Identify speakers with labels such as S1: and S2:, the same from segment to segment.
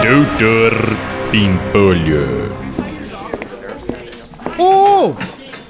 S1: Doutor Pimpolho.
S2: Ô!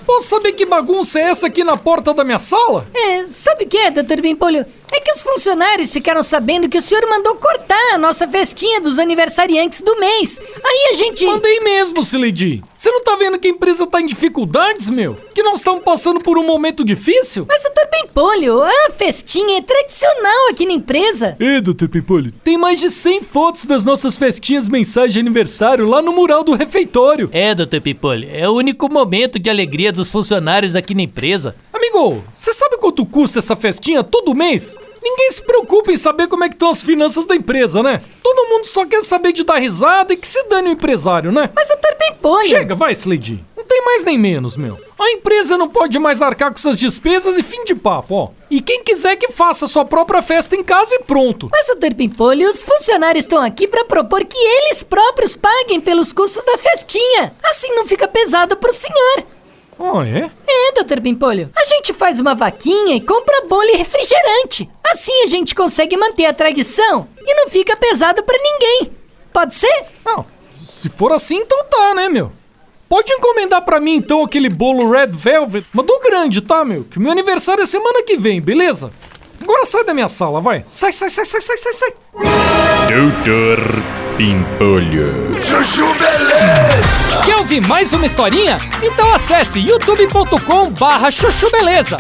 S2: posso saber que bagunça é essa aqui na porta da minha sala?
S3: É, sabe o que é, doutor Bimpolho? É que os funcionários ficaram sabendo que o senhor mandou cortar a nossa festinha dos aniversariantes do mês. Aí a gente.
S2: Mandei mesmo, Sileidi. Você não tá vendo que a empresa tá em dificuldades, meu? Que nós estamos passando por um momento difícil?
S3: Mas, doutor Bimpolho, a festinha é tradicional aqui na empresa.
S2: É, doutor Pimpolho, tem mais de 100 fotos das nossas festinhas mensais de aniversário lá no mural do refeitório.
S4: É, doutor Pipolho, é o único momento de alegria dos funcionários aqui na empresa.
S2: Amigo, você sabe quanto custa essa festinha todo mês? Ninguém se preocupa em saber como é que estão as finanças da empresa, né? Todo mundo só quer saber de dar risada e que se dane o empresário, né?
S3: Mas, doutor Bimpolho.
S2: Chega, vai, Slade. Não tem mais nem menos, meu. A empresa não pode mais arcar com suas despesas e fim de papo, ó. E quem quiser que faça sua própria festa em casa e pronto.
S3: Mas, doutor Pimpolho, os funcionários estão aqui para propor que eles próprios paguem pelos custos da festinha. Assim não fica pesado pro senhor.
S2: Ah, é?
S3: É, doutor Pimpolho, a gente faz uma vaquinha e compra bolo e refrigerante. Assim a gente consegue manter a tradição e não fica pesado pra ninguém. Pode ser?
S2: Não, Ah, se for assim, então tá, né, meu? Pode encomendar pra mim, então, aquele bolo Red Velvet, mas do grande, tá, meu? Que o meu aniversário é semana que vem, beleza? Agora sai da minha sala, vai. Sai, sai, sai, sai, sai, sai, sai.
S1: Doutor Pimpolho.
S5: Chuchu Beleza!
S6: Quer ouvir mais uma historinha? Então acesse youtube.com barra chuchu beleza.